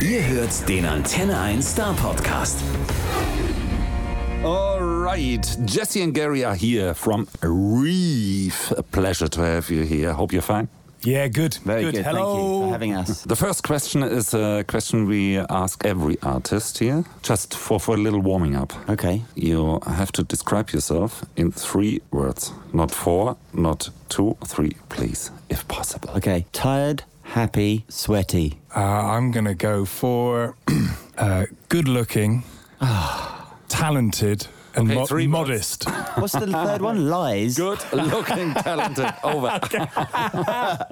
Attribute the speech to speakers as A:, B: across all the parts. A: Ihr hört den Antenne 1 Star Podcast.
B: Alright, Jesse and Gary are here from Reef. A pleasure to have you here. Hope you're fine.
C: Yeah, good.
D: Very good. Thank you
C: Hello.
D: for having us.
B: The first question is a question we ask every artist here, just for, for a little warming up.
D: Okay.
B: You have to describe yourself in three words, not four, not two, three, please, if possible.
D: Okay. Tired, happy, sweaty.
C: uh, I'm going to go for uh, good looking,
D: Ah.
C: talented, and
B: Okay,
C: mo-
B: three
C: modest.
D: What's the third one? Lies.
B: Good looking, talented. Over.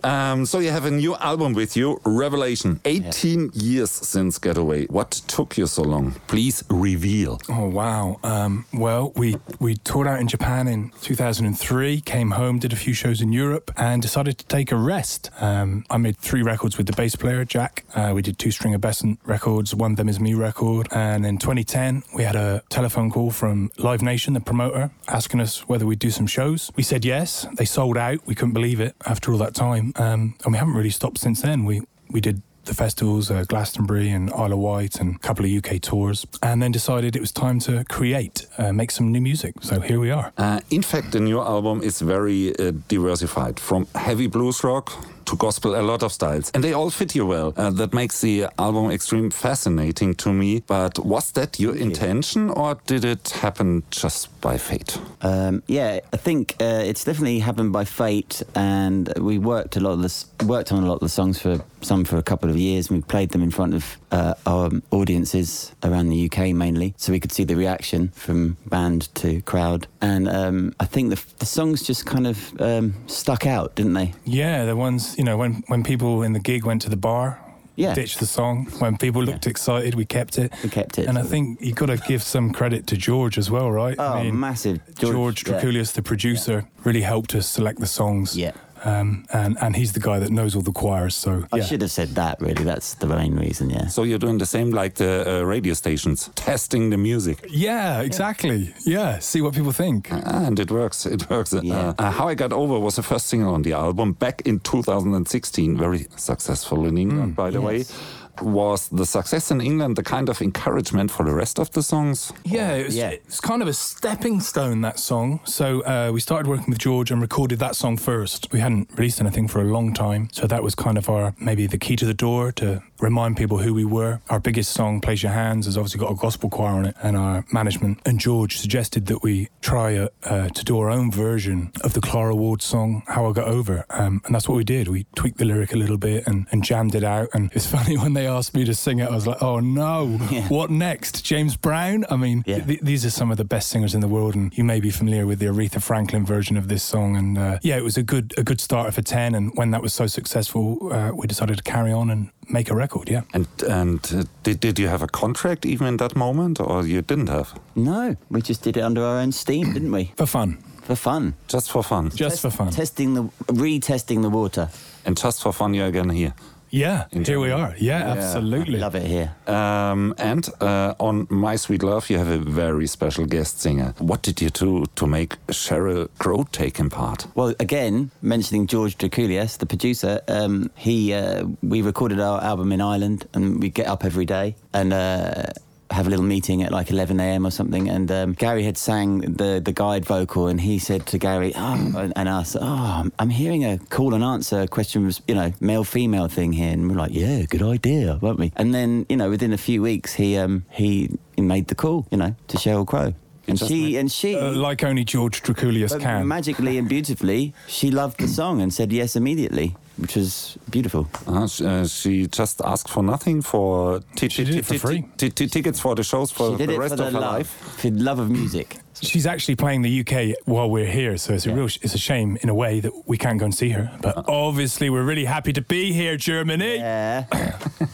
B: um, so, you have a new album with you, Revelation. 18 years since Getaway. What took you so long? Please reveal.
C: oh, wow. Um, well, we, we toured out in Japan in 2003, came home, did a few shows in Europe, and decided to take a rest. Um, I made three records with the bass player, Jack. Uh, we did two Stringer Besant records, one Them Is Me record. And in 2010, we had a telephone call from Live Nation, the promoter, asking us whether we'd do some shows. We said yes. They sold out. We couldn't believe it after all that time. Um, and we haven't really stopped since then. We, we did the festivals, uh, Glastonbury and Isle of Wight, and a couple of UK tours, and then decided it was time to create, uh, make some new music. So here we are.
B: Uh, in fact, the new album is very uh, diversified from heavy blues rock to gospel, a lot of styles, and they all fit you well. Uh, that makes the album extreme fascinating to me. But was that your intention, or did it happen just by fate?
D: Um, yeah, I think uh, it's definitely happened by fate, and we worked a lot of this, worked on a lot of the songs for some for a couple of years. And we played them in front of uh, our audiences around the UK mainly, so we could see the reaction from band to crowd. And um, I think the, the songs just kind of um, stuck out, didn't they?
C: Yeah, the ones you know when when people in the gig went to the bar.
D: Yeah.
C: Ditched the song. When people looked excited, we kept it.
D: We kept it.
C: And I think you got to give some credit to George as well, right?
D: Oh,
C: I mean,
D: massive.
C: George,
D: yeah.
C: Draculius, the producer, really helped us select the songs.
D: Yeah.
C: Um, and, and he's the guy that knows all the choirs. So,
D: I
C: yeah.
D: should have said that, really. That's the main reason, yeah.
B: So you're doing the same like the uh, radio stations, testing the music.
C: Yeah, exactly. Yeah, see what people think.
B: Ah, and it works. It works.
D: Yeah.
B: Uh, How I Got Over was the first single on the album back in 2016. Very successful in England, by the
D: Mm, Yes.
B: way. Was the success in England the kind of encouragement for the rest of the songs?
C: Yeah, it was,
D: Yeah.
C: it's kind of a stepping stone that song. So uh, we started working with George and recorded that song first. We hadn't released anything for a long time, so that was kind of our maybe the key to the door to remind people who we were. Our biggest song, "Place Your Hands," has obviously got a gospel choir on it, and our management and George suggested that we try uh uh, to do our own version of the Clara Ward song "How I Got Over," um, and that's what we did. We tweaked the lyric a little bit and, and jammed it out. And it's funny when they asked me to sing it, I was like, "Oh no,
D: Yeah.
C: what next? James Brown?" I mean,
D: Yeah.
C: th- these are some of the best singers in the world, and you may be familiar with the Aretha Franklin version of this song. And uh, yeah, it was a good a good starter for ten. And when that was so successful, uh, we decided to carry on and make a record. Yeah.
B: And and uh, did, did you have a contract even in that moment, or you didn't have?
D: No, we just did it under our own steam, didn't we?
C: For fun,
D: For fun.
B: Just for fun.
C: just for fun.
D: Testing the, retesting the water.
B: and just for fun, you're again here.
C: yeah, here we are. Yeah, absolutely.
D: Love it here.
B: Um, and uh, on My Sweet Love, you have a very special guest singer. What did you do to make Cheryl Crow take him part?
D: Well, again, mentioning George Draculius, the producer, um, he uh, we recorded our album in Ireland, and we get up every day and uh, have a little meeting at like 11 a.m. or something. And um, Gary had sang the the guide vocal, and he said to Gary oh, and- and us, "Oh, I'm- I'm hearing a call and answer question, you know, male female thing here," and we're like, "Yeah, good idea, weren't we?" And then you know, within a few weeks, he um, he made the call, you know, to Cheryl Crow, and
B: just
D: she
B: made-
D: and she.
C: Uh, like only George Draculius
D: But
C: can.
D: magically and beautifully, she loved the song and said yes immediately, which was beautiful.
B: Uh, she, uh, she just asked for nothing for ti- ti-
C: She did it for
B: ti-
C: free.
B: ti- ti- tickets for the shows for
D: she
B: the
D: did it
B: rest
D: for the
B: of her
D: love,
B: life.
D: for the love of music.
C: She's actually playing the UK while we're here, so it's a real it's a shame in a way that we can't go and see her. But
B: Uh-huh.
C: obviously, we're really happy to be here, Germany.
D: Yeah,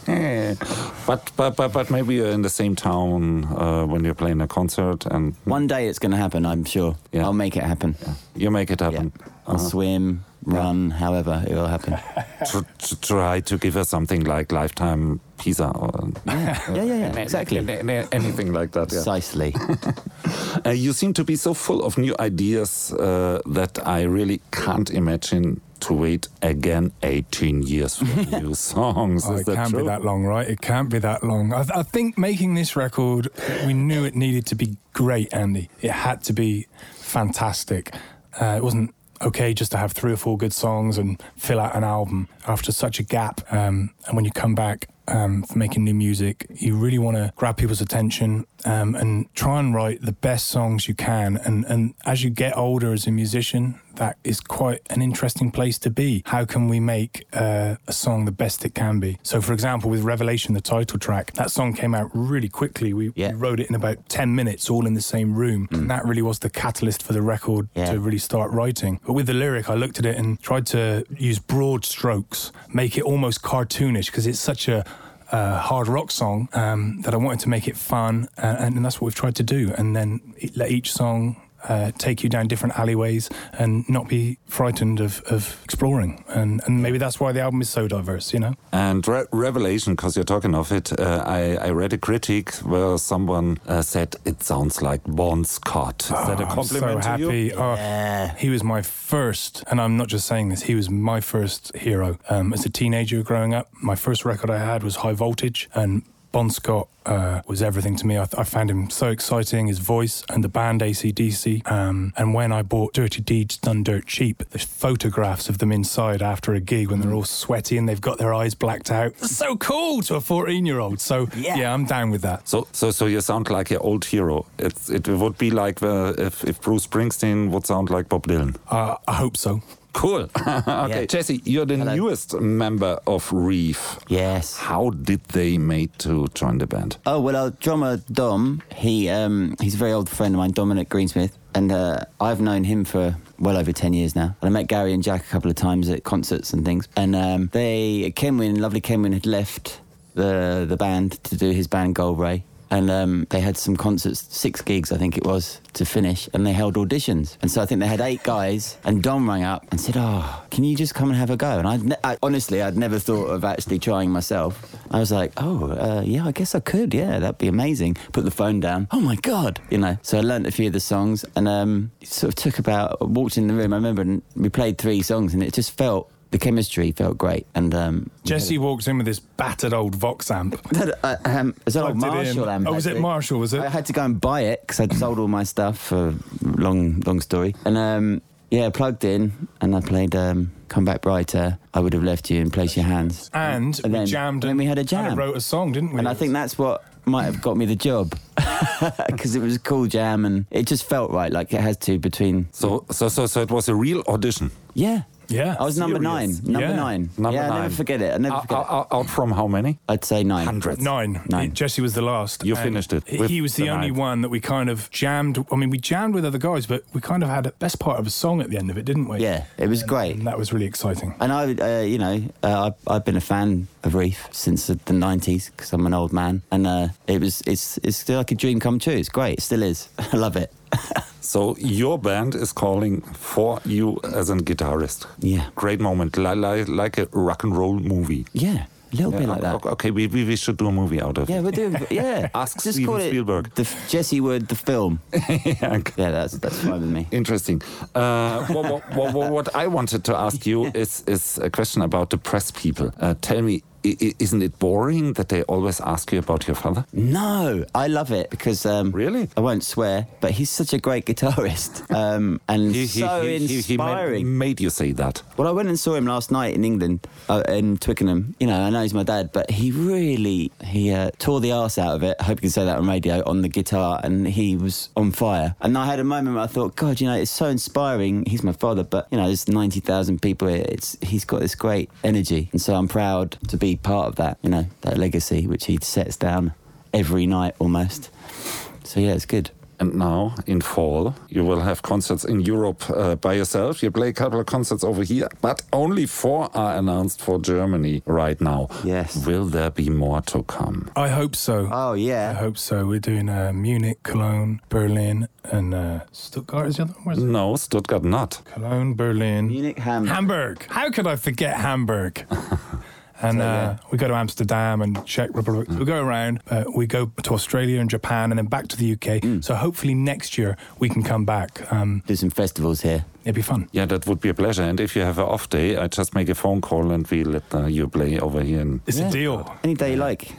B: Eh, But, but but but maybe you're in the same town uh, when you're playing a concert and
D: one day it's going to happen. I'm sure.
B: Yeah. Um, uh-huh.
D: I'll make it happen.
B: you make it
D: Yeah.
B: happen.
D: I'll swim, run, however it will happen.
B: Tr- tr- try to give her something like lifetime pizza or
D: Yeah, yeah, yeah, yeah, exactly.
B: anything like that. Yeah.
D: Precisely.
B: Uh, you seem to be so full of new ideas uh, that I really can't imagine to wait again 18 years for new songs.
C: Oh,
B: Is
C: it
B: that
C: can't
B: true?
C: be that long, right? It can't be that long. I, th- I think making this record, we knew it needed to be great, Andy. It had to be fantastic. Uh, it wasn't okay just to have three or four good songs and fill out an album after such a gap. Um, and when you come back um, for making new music, you really want to grab people's attention um, and try and write the best songs you can. And, and as you get older as a musician, that is quite an interesting place to be. How can we make uh, a song the best it can be? So, for example, with Revelation, the title track, that song came out really quickly. We,
D: Yeah.
C: we wrote it in about 10 minutes, all in the same room. And that really was the catalyst for the record
D: Yeah.
C: to really start writing. But with the lyric, I looked at it and tried to use broad strokes, make it almost cartoonish because it's such a uh, hard rock song um, that I wanted to make it fun, uh, and, and that's what we've tried to do. And then it- let each song. Uh, take you down different alleyways and not be frightened of, of exploring. And, and maybe that's why the album is so diverse, you know?
B: And Re- Revelation, because you're talking of it, uh, I, I read a critic where someone uh, said it sounds like Bon Scott. Is that a
C: Ah, I'm
B: compliment
C: so happy.
B: to you?
C: Oh,
D: Yeah.
C: He was my first, and I'm not just saying this, he was my first hero. Um, as a teenager growing up, my first record I had was High Voltage, and Bon Scott uh, was everything to me. I, I found him so exciting, his voice and the band ACDC. Um, and when I bought Dirty Deeds Done Dirt Cheap, there's photographs of them inside after a gig when they're all sweaty and they've got their eyes blacked out. So cool to a 14 year old. So,
D: Yeah.
C: yeah, I'm down with that.
B: So, so, so you sound like your old hero. It's, it would be like uh, if, if Bruce Springsteen would sound like Bob Dylan.
C: Uh, I hope so.
B: Cool. okay,
D: Yeah.
B: Jesse, you're the
D: Hello.
B: newest member of Reef.
D: Yes.
B: How did they make to join the band?
D: Oh well, our drummer Dom, he um, he's a very old friend of mine, Dominic Greensmith, and uh, I've known him for well over ten years now. And I met Gary and Jack a couple of times at concerts and things. And um, they Kenwin, lovely Kenwin, had left the the band to do his band Goldray, and um, they had some concerts, six gigs I think it was, to finish, and they held auditions. And so I think they had eight guys, and Dom rang up and said, "Oh, can you just come and have a go?" And I'd ne- I honestly, I'd never thought of actually trying myself. I was like, "Oh, uh, yeah, I guess I could. Yeah, that'd be amazing." Put the phone down. Oh my god, you know. So I learnt a few of the songs, and um, it sort of took about walked in the room. I remember and we played three songs, and it just felt. The chemistry felt great, and um,
C: Jesse walks in with this battered old Vox amp.
D: uh, um, it was an old
C: Plugged it in.
D: Marshall amp.
C: Oh, was it
D: actually.
C: Marshall, was it?
D: I had to go and buy it because I'd sold all my stuff for long, long story. And um, yeah, plugged in and I played um, Come Back Brighter, I Would Have Left You and Place Your Hands.
C: And,
D: And
C: we
D: then-
C: jammed
D: and then we had a
C: kinda
D: jam.
C: wrote a song, didn't we?
D: And I think that's what might have got me the job because it was a cool jam and it just felt right, like it has to between.
B: So, so, so, so it was a real audition.
D: Yeah.
C: Yeah.
D: I was number nine.
B: Serious.
D: Number
C: Yeah. Uh,
D: nine.
B: Number
D: yeah, I
B: nine.
D: never forget it. I never
B: Out,
D: forget it.
B: out- out from how many?
D: I'd say nine.
B: Hundreds.
C: Nine.
D: Nine.
C: It- Jesse was the last.
B: You
C: and
B: finished it with
C: He was the,
B: the
C: only
B: ninth.
C: one that we kind of jammed. I mean, we jammed with other guys, but we kind of had the best part of a song at the end of it, didn't we?
D: Yeah, it was great.
C: And that was really exciting.
D: And I, would, uh, you know, uh, I've, I've been a fan of Reef since the the '90s because I'm an old man, and uh, it was it's it's still like a dream come true. It's great, it still is. I love it.
B: So your band is calling for you as a guitarist.
D: Yeah.
B: Great moment, li- li- like a rock and roll movie.
D: Yeah, a little bit like that.
B: Okay, okay, we, we, we should do a movie out of
D: Yeah,
B: it.
D: we're doing. Yeah,
B: Ask Steven Spielberg.
D: The f- Jesse Wood, the film.
B: Yeah, okay.
D: Yeah, that's that's fine with me.
B: Interesting. Uh, what, what, what, what- what I wanted to ask you is is a question about the press people. Uh, tell me, i- i- isn't it boring that they always ask you about your father?
D: No, I love it because um,
B: Really?
D: I won't swear, but he's such a great guitarist um, and so inspiring.
B: made, made you say that.
D: Well, I went and saw him last night in England, uh, in Twickenham. You know, I know he's my dad, but he really he uh, tore the arse out of it. I hope you can say that on radio on the guitar, and he was on fire. And I had a moment where I thought, God, you know, it's so inspiring. He's my father, but you know, there's ninety thousand people here. It's he's got this great energy, and so I'm proud to be part of that. You know, that legacy which he sets down every night almost. So yeah, it's good.
B: And now in fall, you will have concerts in Europe uh, by yourself. You play a couple of concerts over here, but only four are announced for Germany right now.
D: Yes.
B: Will there be more to come?
C: I hope so.
D: Oh
C: I
D: yeah.
C: hope so. We're doing uh, Munich, Cologne, Berlin, and uh, Stuttgart is the other one. Where's it?
B: No, Stuttgart not.
C: Cologne, Berlin,
D: Munich Ham.
C: Hamburg. How could I forget Hamburg? And
D: So,
C: uh,
D: yeah.
C: we go to Amsterdam and Czech Republic. We go around. Uh, we go to Australia and Japan, and then back to the UK. So hopefully next year we can come back. Um,
D: Do some festivals here.
C: it'd be fun.
B: Yeah, that would be a pleasure. And if you have an off day, I just make a phone call and we let uh, you play over here in
C: It's
D: Yeah.
C: a deal.
D: Any day you like.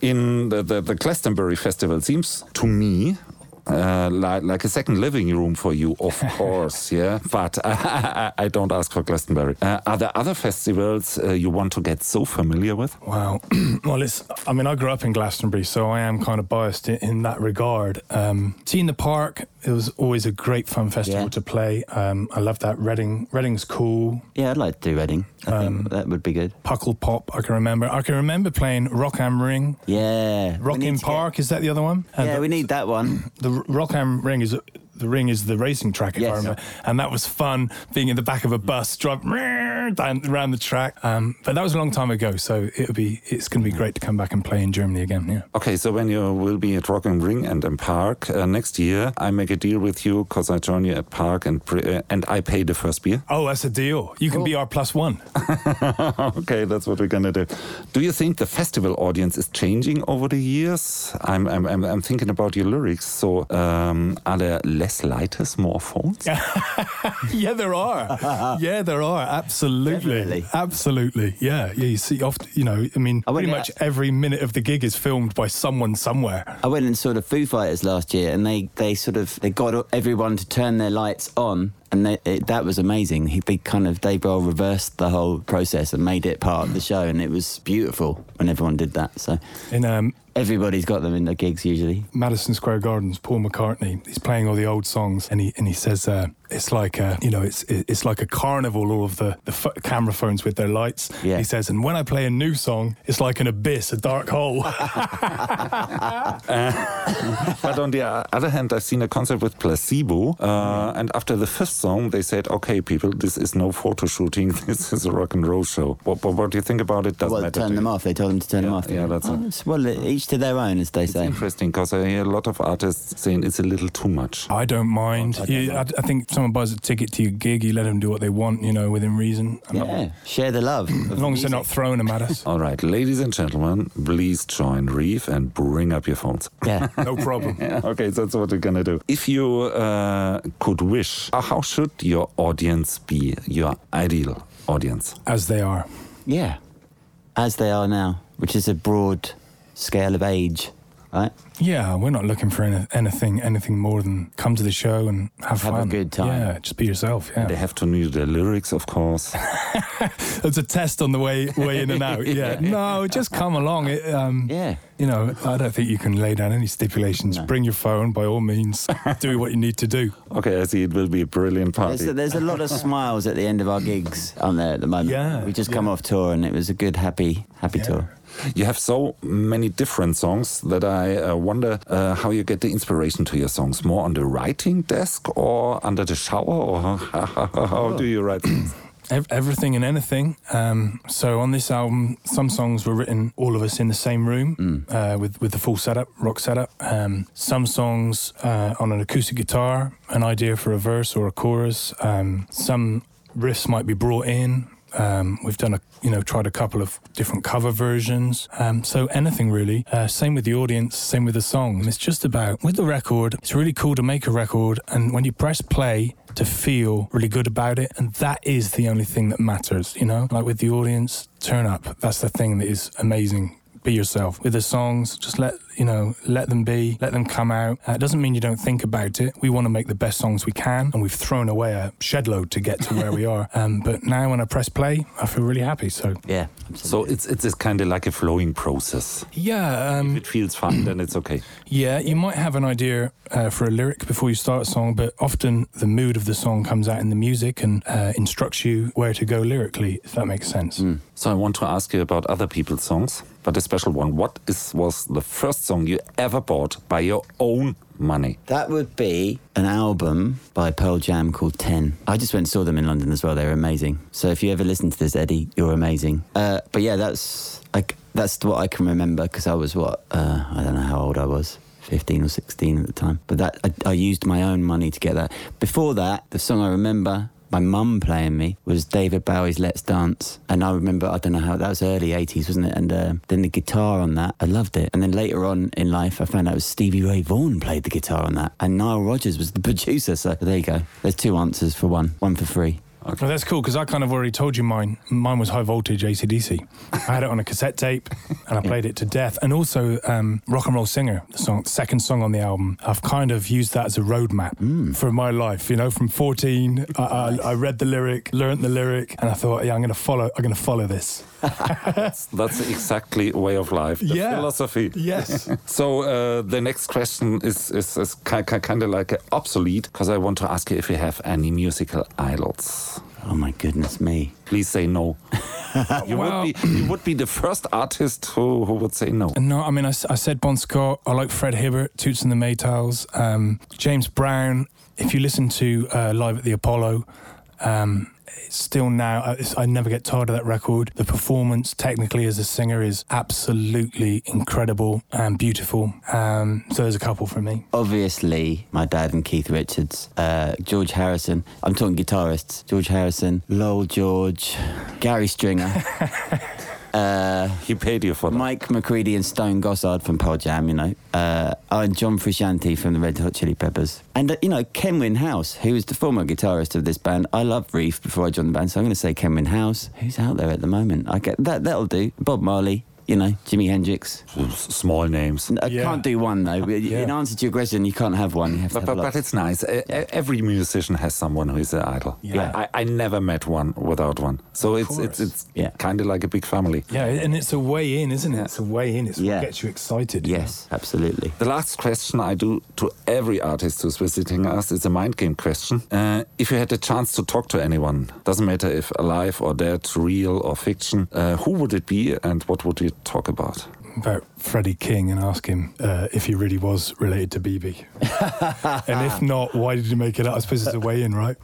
B: in the, the, the Glastonbury Festival seems to me uh, like, like a second living room for you, of course, yeah. But I, I don't ask for Glastonbury. Uh, are there other festivals uh, you want to get so familiar with?
C: Wow. well, it's, I mean, I grew up in Glastonbury, so I am kind of biased in, in that regard. Um, Tea in the Park, it was always a great fun festival
D: Yeah.
C: to play. Um, I love that. Reading, Reading's cool.
D: Yeah, I'd like to do Reading. I
B: Um,
D: think that would be good.
C: Puckle Pop, I can remember. I can remember playing Rockham Ring.
D: Yeah. we need
C: Rockham
D: to get-
C: Park, is that the other one? And
D: yeah,
C: the,
D: we need that one.
C: the Rockham Ring is. The ring is the racing track, if I
D: Yes.
C: remember, and that was fun. Being in the back of a bus, driving down around the track, um, but that was a long time ago. So it'll be, it's going to be great to come back and play in Germany again. Yeah.
B: Okay, so when you will be at Rock and Ring and in Park uh, next year, I make a deal with you because I join you at Park and pre- uh, and I pay the first beer.
C: Oh, that's a deal. You can be our plus one.
B: okay, that's what we're gonna do. Do you think the festival audience is changing over the years? I'm I'm, I'm, I'm thinking about your lyrics. So um, are there less lighters, more phones?
C: yeah, there are. yeah, there are. Absolutely.
D: Definitely.
C: Absolutely. Yeah. Yeah. You see, often, you know, I mean,
D: I went
C: pretty
D: out-
C: much every minute of the gig is filmed by someone somewhere.
D: I went and saw the Foo Fighters last year, and they, they sort of they got everyone to turn their lights on, and they, it, that was amazing. He, they kind of Dave Grohl reversed the whole process and made it part of the show, and it was beautiful when everyone did that. So
C: In um,
D: everybody's got them in their gigs usually.
C: Madison Square Gardens, Paul McCartney, he's playing all the old songs, and he and he says, uh, "It's like a, you know, it's it- it's like a carnival. All of the the pho- camera phones with their lights."
D: Yeah.
C: He says, "And when I play a new song, it's like an abyss, a dark hole."
B: but on the uh, other hand, I've seen a concert with Placebo,
D: Mm-hmm.
B: uh, and after the fifth song, they said, "Okay, people, this is no photo shooting. This is a rock and roll show." What, what, what do you think about it? Doesn't
D: well,
B: matter.
D: turn
B: to
D: them
B: you.
D: off. They told them to turn them
B: Yeah,
D: off.
B: yeah, that's
D: Oh,
B: it.
D: it's- well, each to their own, as they say.
B: Interesting, because I hear a lot of artists saying it's a little too much.
C: I don't mind. I, you, I, I think if someone buys a ticket to your gig, you let them do what they want, you know, within reason. I'm not-
D: Yeah, share the love.
C: as long as they're not throwing them at us.
B: All right, ladies and gentlemen, please join Reef and bring up your phones.
D: yeah.
C: No problem.
B: okay, that's what we're gonna do. If you uh, could wish, uh, how should your audience be? Your ideal audience?
C: As they are.
D: Yeah. As they are now, which is a broad scale of age, right?
C: Yeah, we're not looking for any, anything anything more than come to the show and have,
D: Have a
C: fun.
D: good time.
C: Yeah, just be yourself.
B: They
C: Yeah.
B: have to know the lyrics, of course.
C: It's a test on the way way in and out. Yeah. No, just come along. It, um,
D: Yeah.
C: You know, I don't think you can lay down any stipulations. Bring your phone by all means. do what you need to do.
B: okay, I see. It will be a brilliant
D: There's
B: party.
D: a, there's a lot of smiles at the end of our gigs, aren't there, at the moment?
C: Yeah,
D: We just come off tour and it was a good, happy, happy tour.
B: You have so many different songs that I uh, wonder uh, how you get the inspiration to your songs. More on the writing desk or under the shower, or how do you write? things?
C: Ev- everything and anything. Um, so on this album, some songs were written all of us in the same room uh, with with the full setup, rock setup. Um, some songs uh, on an acoustic guitar, an idea for a verse or a chorus. Um, some riffs might be brought in. Um, we've done a you know tried a couple of different cover versions. Um, so anything really. Uh, same with the audience. Same with the song. It's just about with the record. It's really cool to make a record, and when you press play, to feel really good about it. And that is the only thing that matters, you know? Like with the audience, turn up. That's the thing that is amazing. Be yourself with the songs. Just let you know, let them be, let them come out. Uh, it doesn't mean you don't think about it. We want to make the best songs we can, and we've thrown away a shed load to get to where we are. Um, but now, when I press play, I feel really happy. So
D: Yeah.
B: so it's it's kind of like a flowing process.
C: yeah, um,
B: It feels fun, then it's okay.
C: Yeah, you might have an idea uh, for a lyric before you start a song, but often the mood of the song comes out in the music and uh, instructs you where to go lyrically, if that makes sense.
B: So I want to ask you about other people's songs, but a special one. What is was the first song you ever bought by your own money?
D: That would be an album by Pearl Jam called Ten. I just went and saw them in London as well. They were amazing. So if you ever listen to this, Eddie, you're amazing. Uh, but yeah, that's like that's what I can remember because I was what uh, I don't know how old I was. 15 or 16 at the time but that I, I used my own money to get that before that the song i remember my mum playing me was David Bowie's Let's Dance. And I remember, I don't know how, that was early 80s, wasn't it? And um then the guitar on that, I loved it. And then later on in life, I found out it was Stevie Ray Vaughan played the guitar on that. And Nile Rodgers was the producer. So there you go. There's two answers for one, one for free.
C: Well, that's cool because I kind of already told you mine. Mine was high voltage ACDC. I had it on a cassette tape and I played it to death. And also, um, Rock and Roll Singer, the song, second song on the album, I've kind of used that as a roadmap for my life. You know, from 14, I, I, I read the lyric, learnt the lyric, and I thought, yeah, I'm going to follow. I'm going to follow this.
B: That's exactly a way of life. The
C: Yeah.
B: philosophy.
C: Yes.
B: So uh, the next question is is, is kind of like uh, obsolete because I want to ask you if you have any musical idols.
D: Oh my goodness me.
B: Please say no. you
C: Well-
B: would be you would be the first artist who, who would say no.
C: No, I mean, I, s- I said Bon Scott. I like Fred Hibbert, Toots and the Maytals, um, James Brown. If you listen to uh, Live at the Apollo, um, it's still now, I- it's, I never get tired of that record. The performance, technically, as a singer, is absolutely incredible and beautiful. Um, so there's a couple for me.
D: obviously my dad and Keith Richards, uh, George Harrison. I'm talking guitarists. George Harrison, Lowell George, Gary Stringer,
B: He paid you for that.
D: Mike McCready, and Stone Gossard from Pearl Jam. You know, uh, oh, and John Frusciante from the Red Hot Chili Peppers, and uh, you know Ken Winhouse, who is the former guitarist of this band. I love Reef before I joined the band, so I'm going to say Ken Winhouse. Who's out there at the moment? I get that. That'll do. Bob Marley. You know, Jimi Hendrix.
B: Small names.
D: I
C: Yeah.
D: can't do one though. In answer to your question, you can't have one. You have to
B: But,
D: have
B: but, but
D: lots.
B: it's nice. E- e- Every musician has someone who is an idol.
C: Yeah.
B: I, I never met one without one. So it's it's it's
D: Yeah.
B: kind of like a big family.
C: Yeah, and it's a way in, isn't it? It's a way in. It's
D: Yeah.
C: what gets you excited.
D: yes, absolutely.
B: The last question I do to every artist who's visiting us is a mind game question. Uh, if you had a chance to talk to anyone, doesn't matter if alive or dead, real or fiction, uh, who would it be and what would you talk about?
C: about Freddie King and ask him uh, if he really was related to BB. and if not, why did you make it up? I suppose it's a way in, right?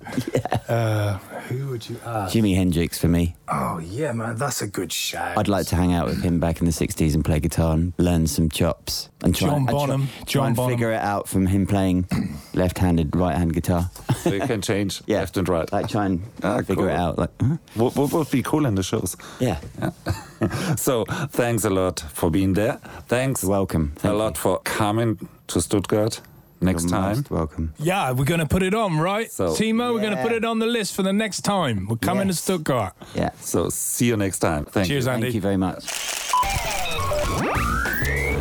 C: Uh, who would you ask?
D: Jimi Hendrix for me.
C: Oh, yeah, man, that's a good shout.
D: I'd like to hang out with him back in the 60s and play guitar and learn some chops. And try,
C: John
D: and try-
C: Bonham,
D: try
C: John
D: and
C: Bonham.
D: figure it out from him playing left-handed, right-hand guitar.
B: So you can change
D: Yeah.
B: left and right.
D: Like try and
B: Ah,
D: figure
B: cool.
D: it out. Like, huh?
B: What, what would be cool in the shows?
D: yeah.
B: So thanks a lot for being there. Thanks
D: You're welcome.
B: a
D: Thank
B: lot for coming to Stuttgart next
D: You're
B: time.
D: most welcome.
C: Yeah, we're going to put it on, right?
B: So-
C: Timo, we're going to
D: Yeah.
C: put it on the list for the next time. We're coming to
D: Yes.
C: Stuttgart.
D: Yeah.
B: So see you next time. Thank you.
C: Cheers, Andy.
D: Thank you very much.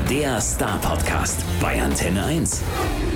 A: Der Star Podcast bei Antenne 1.